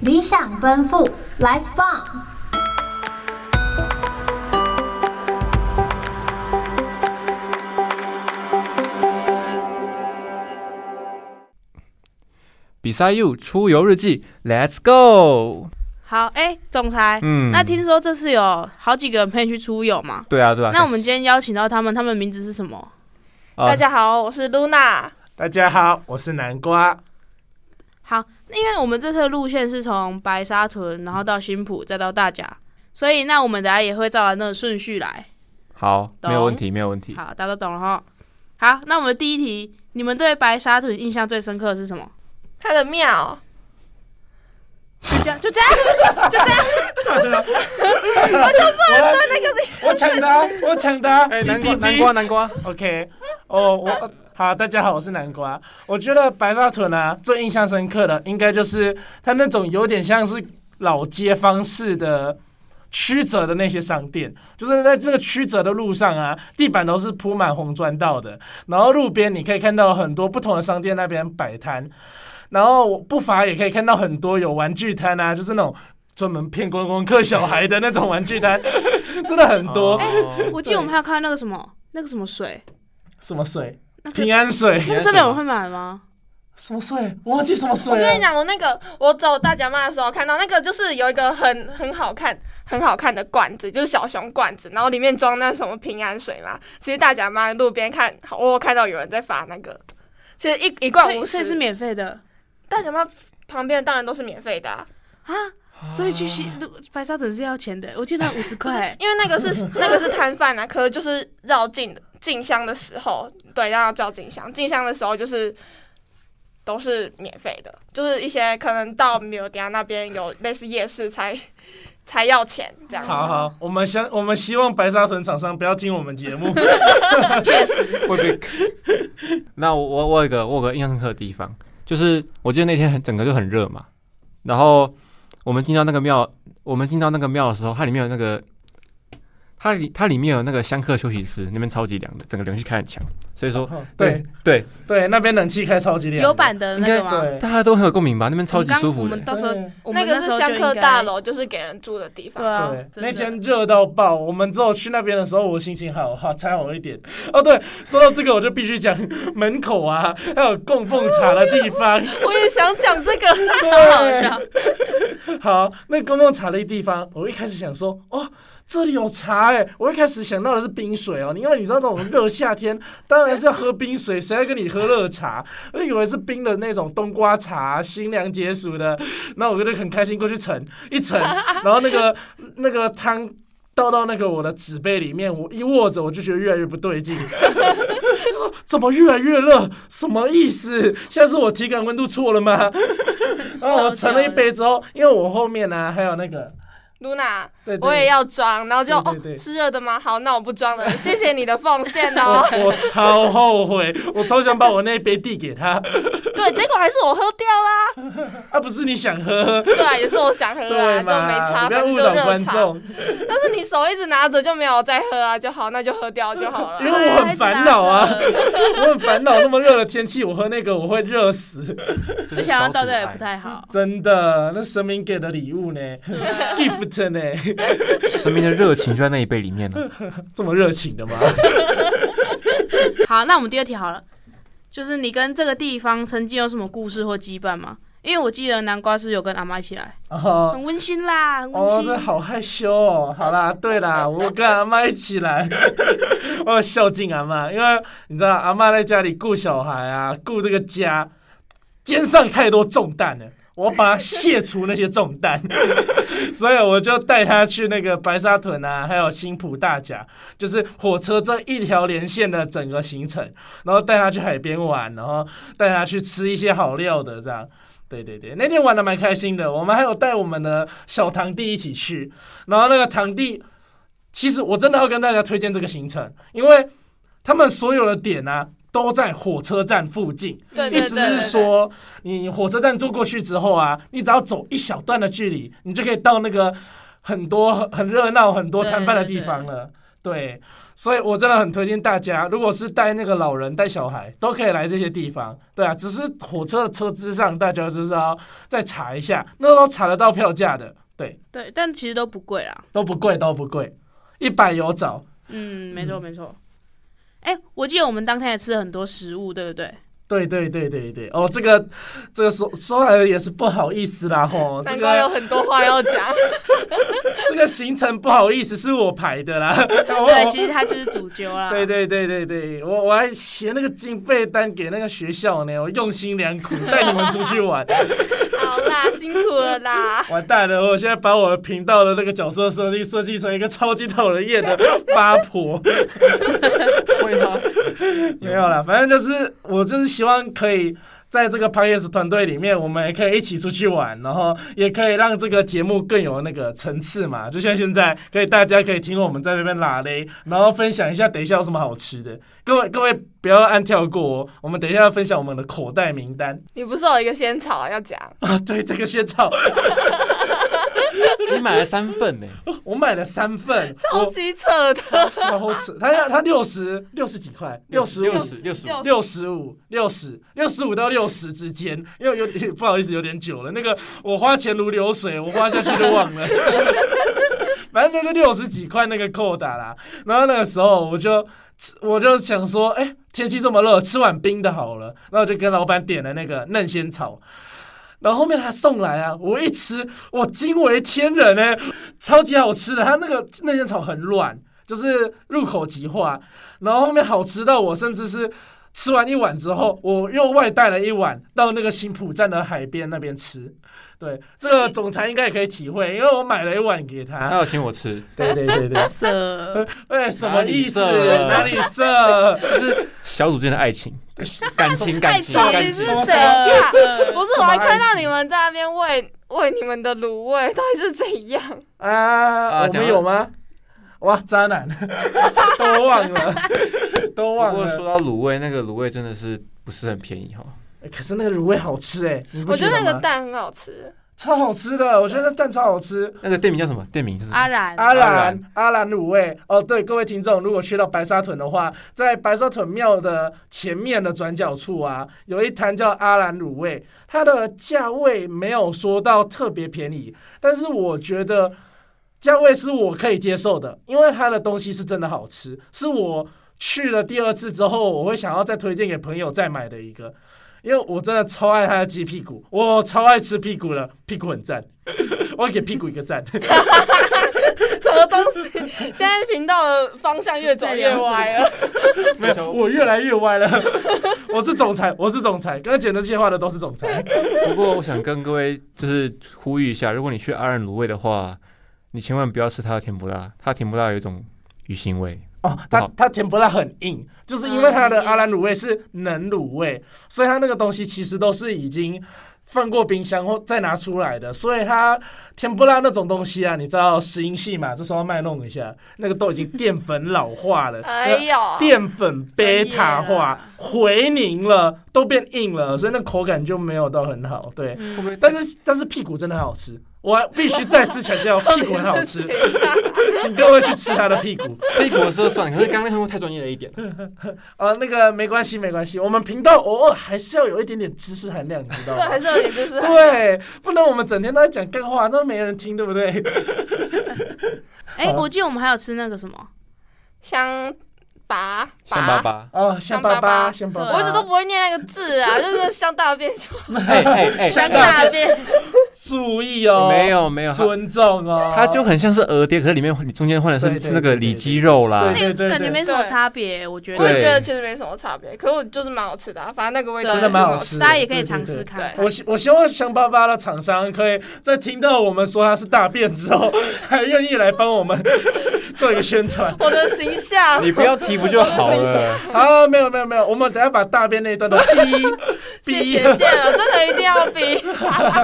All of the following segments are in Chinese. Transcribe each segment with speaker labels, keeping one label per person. Speaker 1: 理想奔赴，Life 棒。
Speaker 2: 比赛 U 出游日记，Let's go！
Speaker 3: 好，哎、总裁，
Speaker 2: 嗯
Speaker 3: 那听说这次有好几个人陪你去出游嘛？
Speaker 2: 对啊对啊，
Speaker 3: 那我们今天邀请到他们，他们名字是什么？
Speaker 2: 啊
Speaker 4: 大家好，我是 Luna。
Speaker 5: 大家好，我是南瓜。
Speaker 3: 好，因为我们这次的路线是从白沙屯，然后到新浦，再到大甲，所以那我们等下也会照着那个顺序来。
Speaker 2: 好，
Speaker 3: 懂
Speaker 2: 没有问题，没有问
Speaker 5: 嗯
Speaker 2: 题。
Speaker 3: 好，大家都懂了哈。好，那我们第一题，你们对白沙屯印象最深刻的是什么？
Speaker 4: 它的庙，
Speaker 3: 就这样，就这样。
Speaker 5: 我我抢答，我抢答。
Speaker 2: 哎，南瓜，
Speaker 5: 哔哔哔
Speaker 2: 南瓜，南瓜，
Speaker 5: OK，哦，我好，大家好，我是南瓜。我觉得白沙屯啊，最印象深刻的应该就是它那种有点像是老街坊式的曲折的那些商店，就是在这个曲折的路上啊，地板都是铺满红砖道的，然后路边你可以看到很多不同的商店那边摆摊，然后我不乏也可以看到很多有玩具摊啊，就是那种专门骗观光客小孩的那种玩具摊， 真的很 多。
Speaker 3: 哎
Speaker 2: 哦
Speaker 3: 我记得我们还有看到那个什么，那个什么水，
Speaker 5: 什么水？
Speaker 3: 那个
Speaker 5: 平安水。
Speaker 3: 那个真的有人会买吗？
Speaker 5: 什么水？我忘记什么水
Speaker 4: 我
Speaker 3: 啊
Speaker 4: 跟你
Speaker 5: 了。
Speaker 4: 讲，我那个我走大甲妈的时候看到那个，就是有一个很很好看、很好看的罐子，就是小熊罐子，然后里面装那什么平安水嘛。其实大甲妈路边看，我有看到有人在发那个，其实一一罐
Speaker 3: 所以
Speaker 4: 五
Speaker 3: 所以
Speaker 4: 十，
Speaker 3: 是免费的
Speaker 4: 大甲妈旁边当然都是免费的、啊，
Speaker 3: 啊。所以去西路白沙屯是要钱的，我记 得五十块。
Speaker 4: 因为那 个是那个是摊贩啊，可是就是绕进进香的时候，对，要叫进香，进香的时候就是都是免费的，就是一些可能到柳迪亚那边有类似夜市才 才要钱这样子。
Speaker 5: 好好，我们相我们希望白沙屯厂商不要听我们节 目。
Speaker 2: 会被。那我我我有一个我有个印象深刻的地方，就是我记得那天很整个就很热嘛，然后我们进到那个庙，我们进到那个庙的时候，它里面有那个，它里它里面有那个香客休息室，那边超级凉的，整个冷气开很强，所以说
Speaker 5: 对
Speaker 2: 对，
Speaker 5: 对，那边冷气开超级凉的。
Speaker 3: 有版的那个吗？
Speaker 5: 对，
Speaker 2: 大家都很有共鸣吧？那边超级
Speaker 3: 我们刚
Speaker 2: 舒服
Speaker 3: 我
Speaker 2: 的
Speaker 3: 们。到时候
Speaker 5: 对
Speaker 3: 我
Speaker 4: 那
Speaker 3: 们
Speaker 4: 个
Speaker 3: 时
Speaker 4: 是
Speaker 3: 候
Speaker 4: 香
Speaker 3: 就
Speaker 4: 客
Speaker 3: 应该
Speaker 4: 大。楼，就是给人住的地
Speaker 3: 对
Speaker 4: 方。
Speaker 3: 啊
Speaker 5: 对，，
Speaker 3: 真的
Speaker 5: 那天热到爆，我们只有去那边的时候，我心情好好才好一点。哦，对，说到这个，我就必须讲门口啊，还有供奉茶的地方。
Speaker 4: 我也想讲这个，
Speaker 3: 超好笑。
Speaker 5: 好，那公共茶的地方，我一开始想说，哦，这里有茶哎、我一开始想到的是冰水哦，因为你知道那种热夏天，当然是要喝冰水，谁要跟你喝热茶？ 我以为是冰的那种冬瓜茶，清凉解暑的，那我就很开心过去盛一盛，然后那个那个汤。倒到那个我的纸杯里面，我一握着我就觉得越来越不对劲， 怎么越来越热？什么意思？现在是我体感温度错了吗？然后我盛了一杯之后，因为我后面呢、还有那个，
Speaker 4: 露娜，
Speaker 5: 对对
Speaker 4: 我也要装，然后就
Speaker 5: 对对对
Speaker 4: 哦，是热的吗？好，那我不装了，谢谢你的奉献哦。
Speaker 5: 我我超后悔，我超想把我那一杯递给他，
Speaker 4: 对，结果还是我喝掉啦。
Speaker 5: 啊，不是你想喝，
Speaker 4: 对，啊也是我想喝啦，
Speaker 5: 对
Speaker 4: 就没
Speaker 5: 嘛？
Speaker 4: 差，
Speaker 5: 不要
Speaker 4: 反正
Speaker 5: 误
Speaker 4: 就
Speaker 5: 导
Speaker 4: 热
Speaker 5: 观
Speaker 4: 茶。
Speaker 5: 众，
Speaker 4: 但是你手一直拿着就没有再喝啊，就好，那就喝掉就好
Speaker 5: 因
Speaker 4: 了。
Speaker 5: 为我很烦恼啊
Speaker 3: 对，
Speaker 5: 我很烦恼，那么热的天气，我喝那个我会热死，
Speaker 2: 这
Speaker 3: 就是想要
Speaker 2: 小
Speaker 3: 到
Speaker 2: 组
Speaker 3: 这也
Speaker 2: 爱
Speaker 3: 不太好。啊
Speaker 5: 真的，那神明给的礼物呢，gift 呢，
Speaker 2: 神明的热情就在那一杯里面了。
Speaker 5: 这么热情的吗？
Speaker 3: 好，那我们第二题好了，就是你跟这个地方曾经有什么故事或羁绊吗？因为我记得南瓜是有跟阿妈一起来，
Speaker 5: 哦
Speaker 3: 很温馨啦，很
Speaker 5: 哦，
Speaker 3: 温馨。
Speaker 5: 这好害羞哦。好啦，对啦，我跟阿妈一起来， 我有孝敬阿妈，因为你知道阿妈在家里顾小孩啊，顾这个家，肩上太多重担了。我要把它卸除那些重担， 所以我就带她去那个白沙屯啊，还有新浦大甲，就是火车这一条连线的整个行程，然后带她去海边玩，然后带她去吃一些好料的这样。对对对，那天玩的蛮开心的，我们还有带我们的小堂弟一起去，然后那个堂弟，其实我真的要跟大家推荐这个行程，因为他们所有的点啊都在火车站附近，
Speaker 4: 对
Speaker 5: 意
Speaker 4: 对对
Speaker 5: 思是
Speaker 4: 对，
Speaker 5: 说你火车站坐过去之后啊，你只要走一小段的距离，你就可以到那个很多很热闹、很多摊贩的地方了。对，所以我真的很推荐大家，如果是带那个老人、带小孩，都可以来这些地方。对啊，只是火车的车资上，大家就是要再查一下，那都查得到票价的，对，
Speaker 3: 对，但其实都不贵啦。
Speaker 5: 都不贵，都不贵，一百有找。
Speaker 3: 嗯，没错没错。哎、我记得我们当天也吃了很多食物，对不对？
Speaker 5: 对对对对对，哦，这个这个说说来也是不好意思啦吼，这
Speaker 4: 难怪有
Speaker 5: 个
Speaker 4: 很多话要讲。
Speaker 5: 这个行程不好意思是我排的啦，我
Speaker 3: 对，其实它就是主揪啦。
Speaker 5: 对对对对对，我我还写那个经费单给那个学校呢，我用心良苦带你们出去玩。
Speaker 4: 好啦，辛苦了啦。
Speaker 5: 完蛋了，我现在把我的频道的那个角色设定设计成一个超级讨人厌 的八婆。
Speaker 2: 会吗？
Speaker 5: 没有啦，反正就是我就是希望可以。在这个 p o d c a s 团队里面，我们也可以一起出去玩，然后也可以让这个节目更有那个层次嘛。就像现在，可以大家可以听我们在那边拉嘞，然后分享一下等一下有什么好吃的。各位各位不要按跳过哦，我们等一下要分享我们的口袋名单。
Speaker 4: 你不是有一个仙草要讲？
Speaker 5: 啊，对，这个仙草，
Speaker 2: 你买了三份呢、
Speaker 5: 我买了三份，
Speaker 4: 超级扯的，
Speaker 5: 我超扯，他要他六十六十几块，六十
Speaker 2: 六
Speaker 5: 五。
Speaker 2: 十六十
Speaker 4: 六十
Speaker 5: 六十五、六十、六十五到六十之间，因为有点 不好意思，有点久了。那个我花钱如流水，我花下去就忘了。 反正就是六十几块那个扣打啦。然后那个时候我就吃我就想说，哎、天气这么热，吃碗冰的好了。然后我就跟老板点了那个嫩仙草。然后后面他送来啊，我一吃，我惊为天人哎、超级好吃的。它那个嫩仙草很软，就是入口即化。然后后面好吃到我甚至是吃完一碗之后，我又外带了一碗到那个新浦站的海边那边吃。对，这个总裁应该也可以体会，因为我买了一碗给
Speaker 2: 他
Speaker 5: 他。
Speaker 2: 要请我吃，
Speaker 5: 对对对对，
Speaker 3: 色，
Speaker 5: 哎，什么意思？哪
Speaker 2: 哪
Speaker 5: 里色？
Speaker 2: 就是小组间的爱情、 感情、感情、
Speaker 4: 到
Speaker 2: 感
Speaker 4: 底
Speaker 2: 情
Speaker 4: 是。
Speaker 5: 情
Speaker 4: 谁
Speaker 3: 色
Speaker 5: 啊
Speaker 4: 呀？
Speaker 5: 呃
Speaker 3: 色
Speaker 4: 不是，我还看到你们在那边喂喂你们的卤味，到底是怎 样？
Speaker 5: 啊，我
Speaker 2: 讲
Speaker 5: 们
Speaker 2: 到
Speaker 5: 有吗？哇，渣 男，都忘了，都
Speaker 2: 不
Speaker 5: 忘
Speaker 2: 过说
Speaker 5: 了。
Speaker 2: 到卤味，那个卤味真的是不是很便宜哈？
Speaker 5: 哎可是那个卤味好吃哎，你不
Speaker 4: 我觉得那
Speaker 5: 吗
Speaker 4: 个蛋很好吃，
Speaker 5: 超好吃的，我觉得那蛋超好吃。
Speaker 2: 那个店名叫什么？店名是什么
Speaker 3: 阿然，
Speaker 5: 阿
Speaker 2: 阿
Speaker 5: 兰
Speaker 2: 兰
Speaker 5: 阿兰卤味哦，对，各位听众，如果去到白沙屯的话，在白沙屯庙的前面的转角处啊，有一摊叫阿兰卤味，它的价位没有说到特别便宜，但是我觉得价位是我可以接受的，因为它的东西是真的好吃，是我去了第二次之后，我会想要再推荐给朋友再买的一个。因为我真的超爱它的鸡屁股，我超爱吃屁股的，屁股很赞， 我给屁股一个赞。
Speaker 4: 什么东西？现在频道的方向越走 越歪了。
Speaker 5: 没有， 我越来越歪了。我是总裁，我是总裁，刚刚讲那些话的都是总裁。
Speaker 2: 不过我想跟各位就是呼吁一下，如果你去阿仁卤味的话，你千万不要吃它的甜不辣，它的甜不辣有一种鱼腥味。
Speaker 5: 哦，它
Speaker 2: 好
Speaker 5: 它甜不辣很硬，就是因为它
Speaker 3: 啊
Speaker 5: 的阿兰卤味是冷卤味，所以它那个东西其实都是已经放过冰箱后再拿出来的，所以它甜不辣那种东西啊，你知道石英系嘛？这时候卖弄一下，那个都已经淀粉老化了，
Speaker 4: 哎呦，
Speaker 5: 淀粉贝塔
Speaker 3: 专业
Speaker 5: 化
Speaker 3: 啊
Speaker 5: 回凝了，都变硬了，所以那口感就没有到很好。对，
Speaker 2: 会不
Speaker 3: 嗯，
Speaker 2: 会？
Speaker 5: 但是但是屁股真的很好吃，我必须再次强调，屁股很好吃，请各位去吃它的屁股。
Speaker 2: 那果色算，可是刚刚那会太专业了一点。
Speaker 5: 啊，那个没关系没关系，我们频道偶尔还是要有一点点知识含量，你知道
Speaker 4: 对，
Speaker 5: 吗？
Speaker 4: 还是有点就是
Speaker 5: 对，不然我们整天都在讲干话，那没人听，对不对？
Speaker 3: 哎、
Speaker 5: 啊
Speaker 3: 我记得我们还有吃那个什么，
Speaker 4: 香拔
Speaker 2: 香巴。巴，
Speaker 5: 哦，香巴巴，香巴巴，
Speaker 4: 我一直都不会念那个字啊，就是香大便就
Speaker 2: 哎哎 哎，
Speaker 3: 香大 便，
Speaker 5: 注意哦，
Speaker 2: 没有没有，它
Speaker 5: 尊重哦，
Speaker 2: 它就很像是鹅爹，可是里面你中间换的
Speaker 5: 对
Speaker 2: 是
Speaker 5: 对
Speaker 2: 是那个
Speaker 5: 对对
Speaker 2: 里脊肉啦。
Speaker 5: 对
Speaker 3: 那个感觉没什么差别，我觉
Speaker 4: 我
Speaker 3: 得
Speaker 4: 也
Speaker 2: 对
Speaker 4: 觉得其实没什么差别，可是我就是蛮好吃的、啊，反正那个味道
Speaker 3: 真的蛮
Speaker 5: 好吃
Speaker 4: 是
Speaker 5: 对
Speaker 3: 大家也可以尝试看。
Speaker 5: 我希我希望香巴巴的厂商可以在听到我们说它是大便之后， 还愿意来帮我们做一个宣传。
Speaker 4: 我的形象
Speaker 2: 你不要提不就好 了？
Speaker 5: 啊，没有没有没有，我们等一下把大便那一段 都逼
Speaker 4: 谢
Speaker 5: 逼
Speaker 4: 谢谢了，真的一定要逼。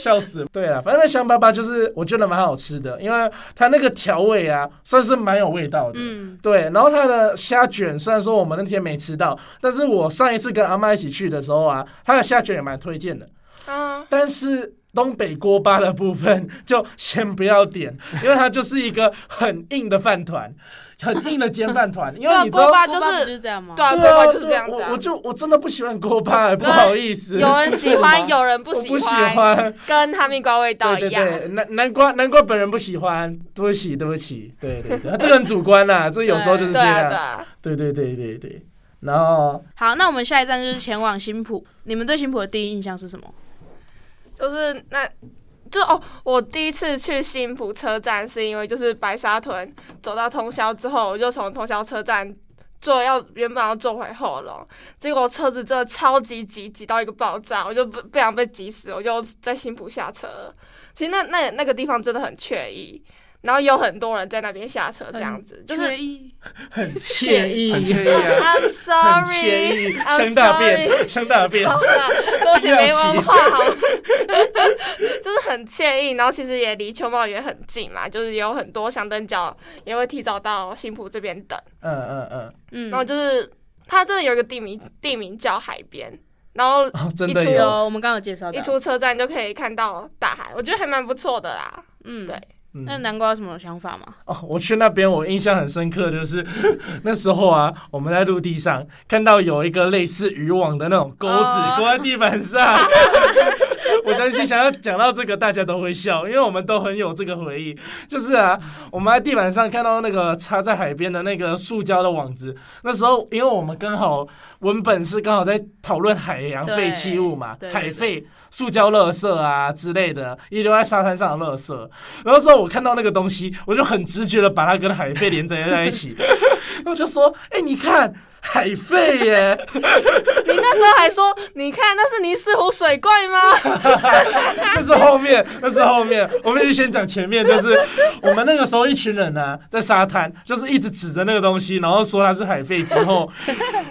Speaker 5: 笑死！对啊，反正那香巴巴就是我觉得蛮好吃的，因为它那个调味啊，算是蛮有味道的。
Speaker 3: 嗯，
Speaker 5: 对，然后它的虾卷虽然说我们那天没吃到，但是我上一次跟阿妈一起去的时候啊，它的虾卷也蛮推荐的。
Speaker 4: 嗯，
Speaker 5: 但是东北锅巴的部分就先不要点，因为它就是一个很硬的饭团，很硬的煎饭团，因
Speaker 4: 对
Speaker 5: 为
Speaker 4: 啊
Speaker 5: 你知
Speaker 4: 锅
Speaker 5: 道
Speaker 4: 巴
Speaker 3: 锅
Speaker 4: 就是
Speaker 3: 不就是这样吗？
Speaker 4: 对啊，
Speaker 5: 对
Speaker 4: 锅
Speaker 5: 啊，
Speaker 4: 巴就是这样子
Speaker 5: 我
Speaker 4: 啊哦
Speaker 5: 我。就我真的不喜欢锅巴，不好意思，
Speaker 4: 有人喜欢，有人不
Speaker 5: 我
Speaker 4: 喜
Speaker 5: 不喜
Speaker 4: 欢，
Speaker 5: 欢，
Speaker 4: 跟哈密瓜味道
Speaker 5: 对对
Speaker 4: 一样。啊
Speaker 5: 对，南南瓜南瓜本人不喜欢，对不起对不起，对对对，这个很主观 啦，这有时候就是这
Speaker 4: 对啊，对
Speaker 5: 样，
Speaker 4: 啊。
Speaker 5: 对对对对对。然后
Speaker 3: 好，那我们下一站就是前往新浦。你们对新浦的第一印象是什么？
Speaker 4: 就是那，就哦，我第一次去新浦车站是因为就是白沙屯走到通宵之后，我就从通宵车站坐要原本要坐回后龙，结果车子真的超级挤，挤到一个爆炸，我就不不想被挤死，我就在新浦下车了。其实那那那个地方真的很惬意。然后有很多人在那边下车，这样子就是
Speaker 3: 确意
Speaker 5: 很惬意，
Speaker 2: 很惬意啊
Speaker 4: I'm
Speaker 5: 很
Speaker 4: sorry，
Speaker 5: 惬意，
Speaker 4: I'm
Speaker 5: 香大
Speaker 4: sorry
Speaker 5: 便，香大便，
Speaker 4: 好啦，对不起，没文化，好吗， 就是很惬意。然后其实也离秋茂园很近嘛，就是也有很多香灯脚也会提早到新浦这边等。
Speaker 5: 嗯嗯嗯，
Speaker 3: 嗯，
Speaker 4: 然后就是它真的有一个地名，地名叫海边，然后
Speaker 5: 哦，真
Speaker 4: 一
Speaker 5: 的
Speaker 4: 出
Speaker 5: 有，
Speaker 3: 有我们刚刚有介绍
Speaker 4: 一
Speaker 3: 到。
Speaker 4: 出车站就可以看到大海，我觉得还蛮不错的啦。
Speaker 3: 嗯，
Speaker 4: 对
Speaker 5: 嗯
Speaker 3: 那南瓜有什么想法吗？
Speaker 5: 哦，我去那边，我印象很深刻，就是 那时候啊，我们在陆地上看到有一个类似渔网的那种钩子
Speaker 3: 哦
Speaker 5: 勾在地板上。我相信，想要讲到这个，大家都会笑，因为我们都很有这个回忆。就是啊，我们在地板上看到那个插在海边的那个塑胶的网子，那时候因为我们刚好文本是刚好在讨论海洋废弃物嘛
Speaker 3: 对，对
Speaker 5: 海废、塑胶垃圾啊之类的，遗留在沙滩上的垃圾。然后之后我看到那个东西，我就很直觉的把它跟海费连接在一起， 然后我就说：“哎、你看海费耶
Speaker 4: 你那时候还说，你看那是尼斯湖水怪吗？！”
Speaker 5: 那是后面，那是后面，我们就先讲前面，就是我们那个时候一群人呢、在沙滩，就是一直指着那个东西，然后说它是海费。之后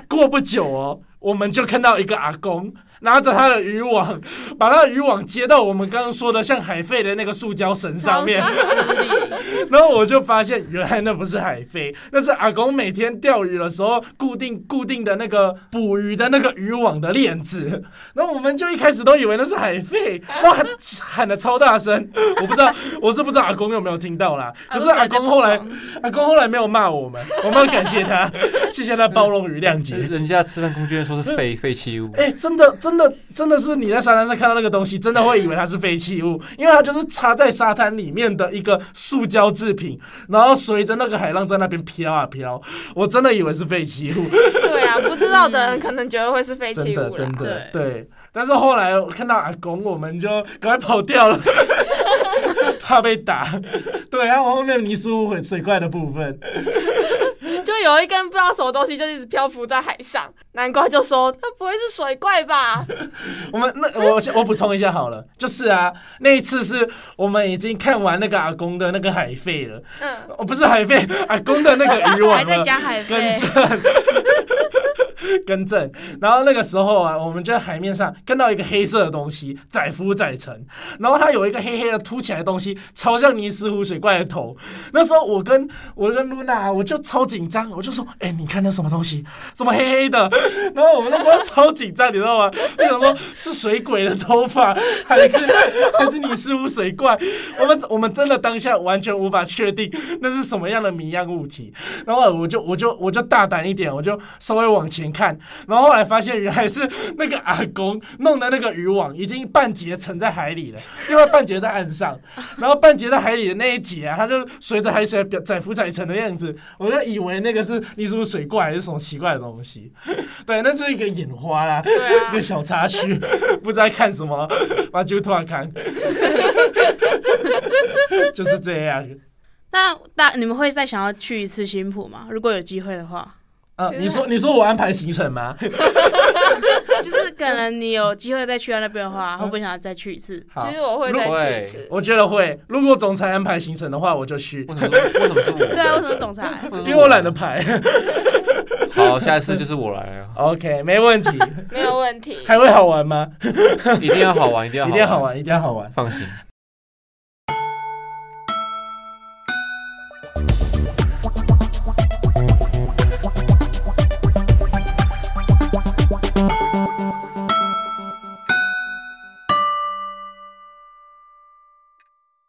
Speaker 5: 过不久哦，我们就看到一个阿公。拿着他的渔网，把他的渔网接到我们刚刚说的像海费的那个塑胶绳上面，
Speaker 3: 超级失礼。
Speaker 5: 然后我就发现，原来那不是海飞，那是阿公每天钓鱼的时候固定固定的那个捕鱼的那个渔网的链子。然后我们就一开始都以为那是海 飞，然后喊喊的超大声，我不知道我是不知道阿公有没有听到啦。可是阿公后来阿公后来没有骂我们，我们要感谢 他，谢谢他包容与谅解。
Speaker 2: 人家吃饭工具人说是废废弃物，
Speaker 5: 哎、真的，真的，真的是你在沙滩上看到那个东西，真的会以为它是废弃物，因为它就是插在沙滩里面的一个塑胶制品，然后随着那个海浪在那边飘啊飘，我真的以为是废弃物，
Speaker 4: 对啊，不知道的人可能觉得会是废
Speaker 5: 嗯真
Speaker 4: 弃物
Speaker 5: 的，
Speaker 4: 啦
Speaker 5: 真。的
Speaker 3: 对，
Speaker 5: 对。但是后来我看到阿公，我们就赶快跑掉了， 怕被打。对，还有后面泥塑会水怪的部分，
Speaker 4: 就有一根不知道什么东西，就一直漂浮在海上。南瓜就说：“那不会是水怪吧
Speaker 5: 我们那我先我补充一下好了，就是啊，那一次是我们已经看完那个阿公的那个海费了，？”
Speaker 4: 嗯，
Speaker 5: 哦，不是海费，阿公的那个渔 网
Speaker 3: 还在
Speaker 5: 了
Speaker 3: 加海费
Speaker 5: 更，正， 更正。然后那个时候啊，我们就在海面上看到一个黑色的东西，载浮载沉，然后它有一个黑黑的凸起来的东西，朝向尼斯湖水怪的头。那时候我跟我跟露娜，我就超紧张，我就说：“哎、你看那什么东西？怎么黑黑的？”然后我们那时候超紧张，你知道吗？ 我想说，是水鬼的头发，还是 还是尼斯湖水怪？我们我们真的当下完全无法确定那是什么样的谜样物体。然后我就我就我就大胆一点，我就稍微往前看，然后后来发现原来是那个阿公弄的那个渔网已经半截沉在海里了，另外半截在岸上，然后半截在海里的那一截啊，它就随着海水表载浮载沉的样子，我就以为那个是你是不是水怪还是什么奇怪的东西，对，那就是一个眼花啦，
Speaker 4: 对啊
Speaker 5: 一个，小插曲， 不知道在看什么，把就突然看， 就是这样。
Speaker 3: 那大你们会再想要去一次新浦吗？如果有机会的话，
Speaker 5: 啊，
Speaker 4: 其实
Speaker 5: 你说你说我安排行程吗？
Speaker 3: 就是可能你有机会再去到那边的话，会不会想要再去一次？
Speaker 5: 好
Speaker 4: 其实我会再去一次。
Speaker 5: 我觉得会，如果总裁安排行程的话，我就去，
Speaker 2: 为什么是为什么是我？
Speaker 3: 对啊，为什么总裁？
Speaker 2: 为什么是
Speaker 5: 因为我懒得排。
Speaker 2: 好，下一次就是我来了，
Speaker 5: OK，没问题。
Speaker 4: 没有问题。
Speaker 5: 还会好玩吗？
Speaker 2: 一定要好玩，一定要
Speaker 5: 一定要好，玩，一定要好玩。
Speaker 2: 放心。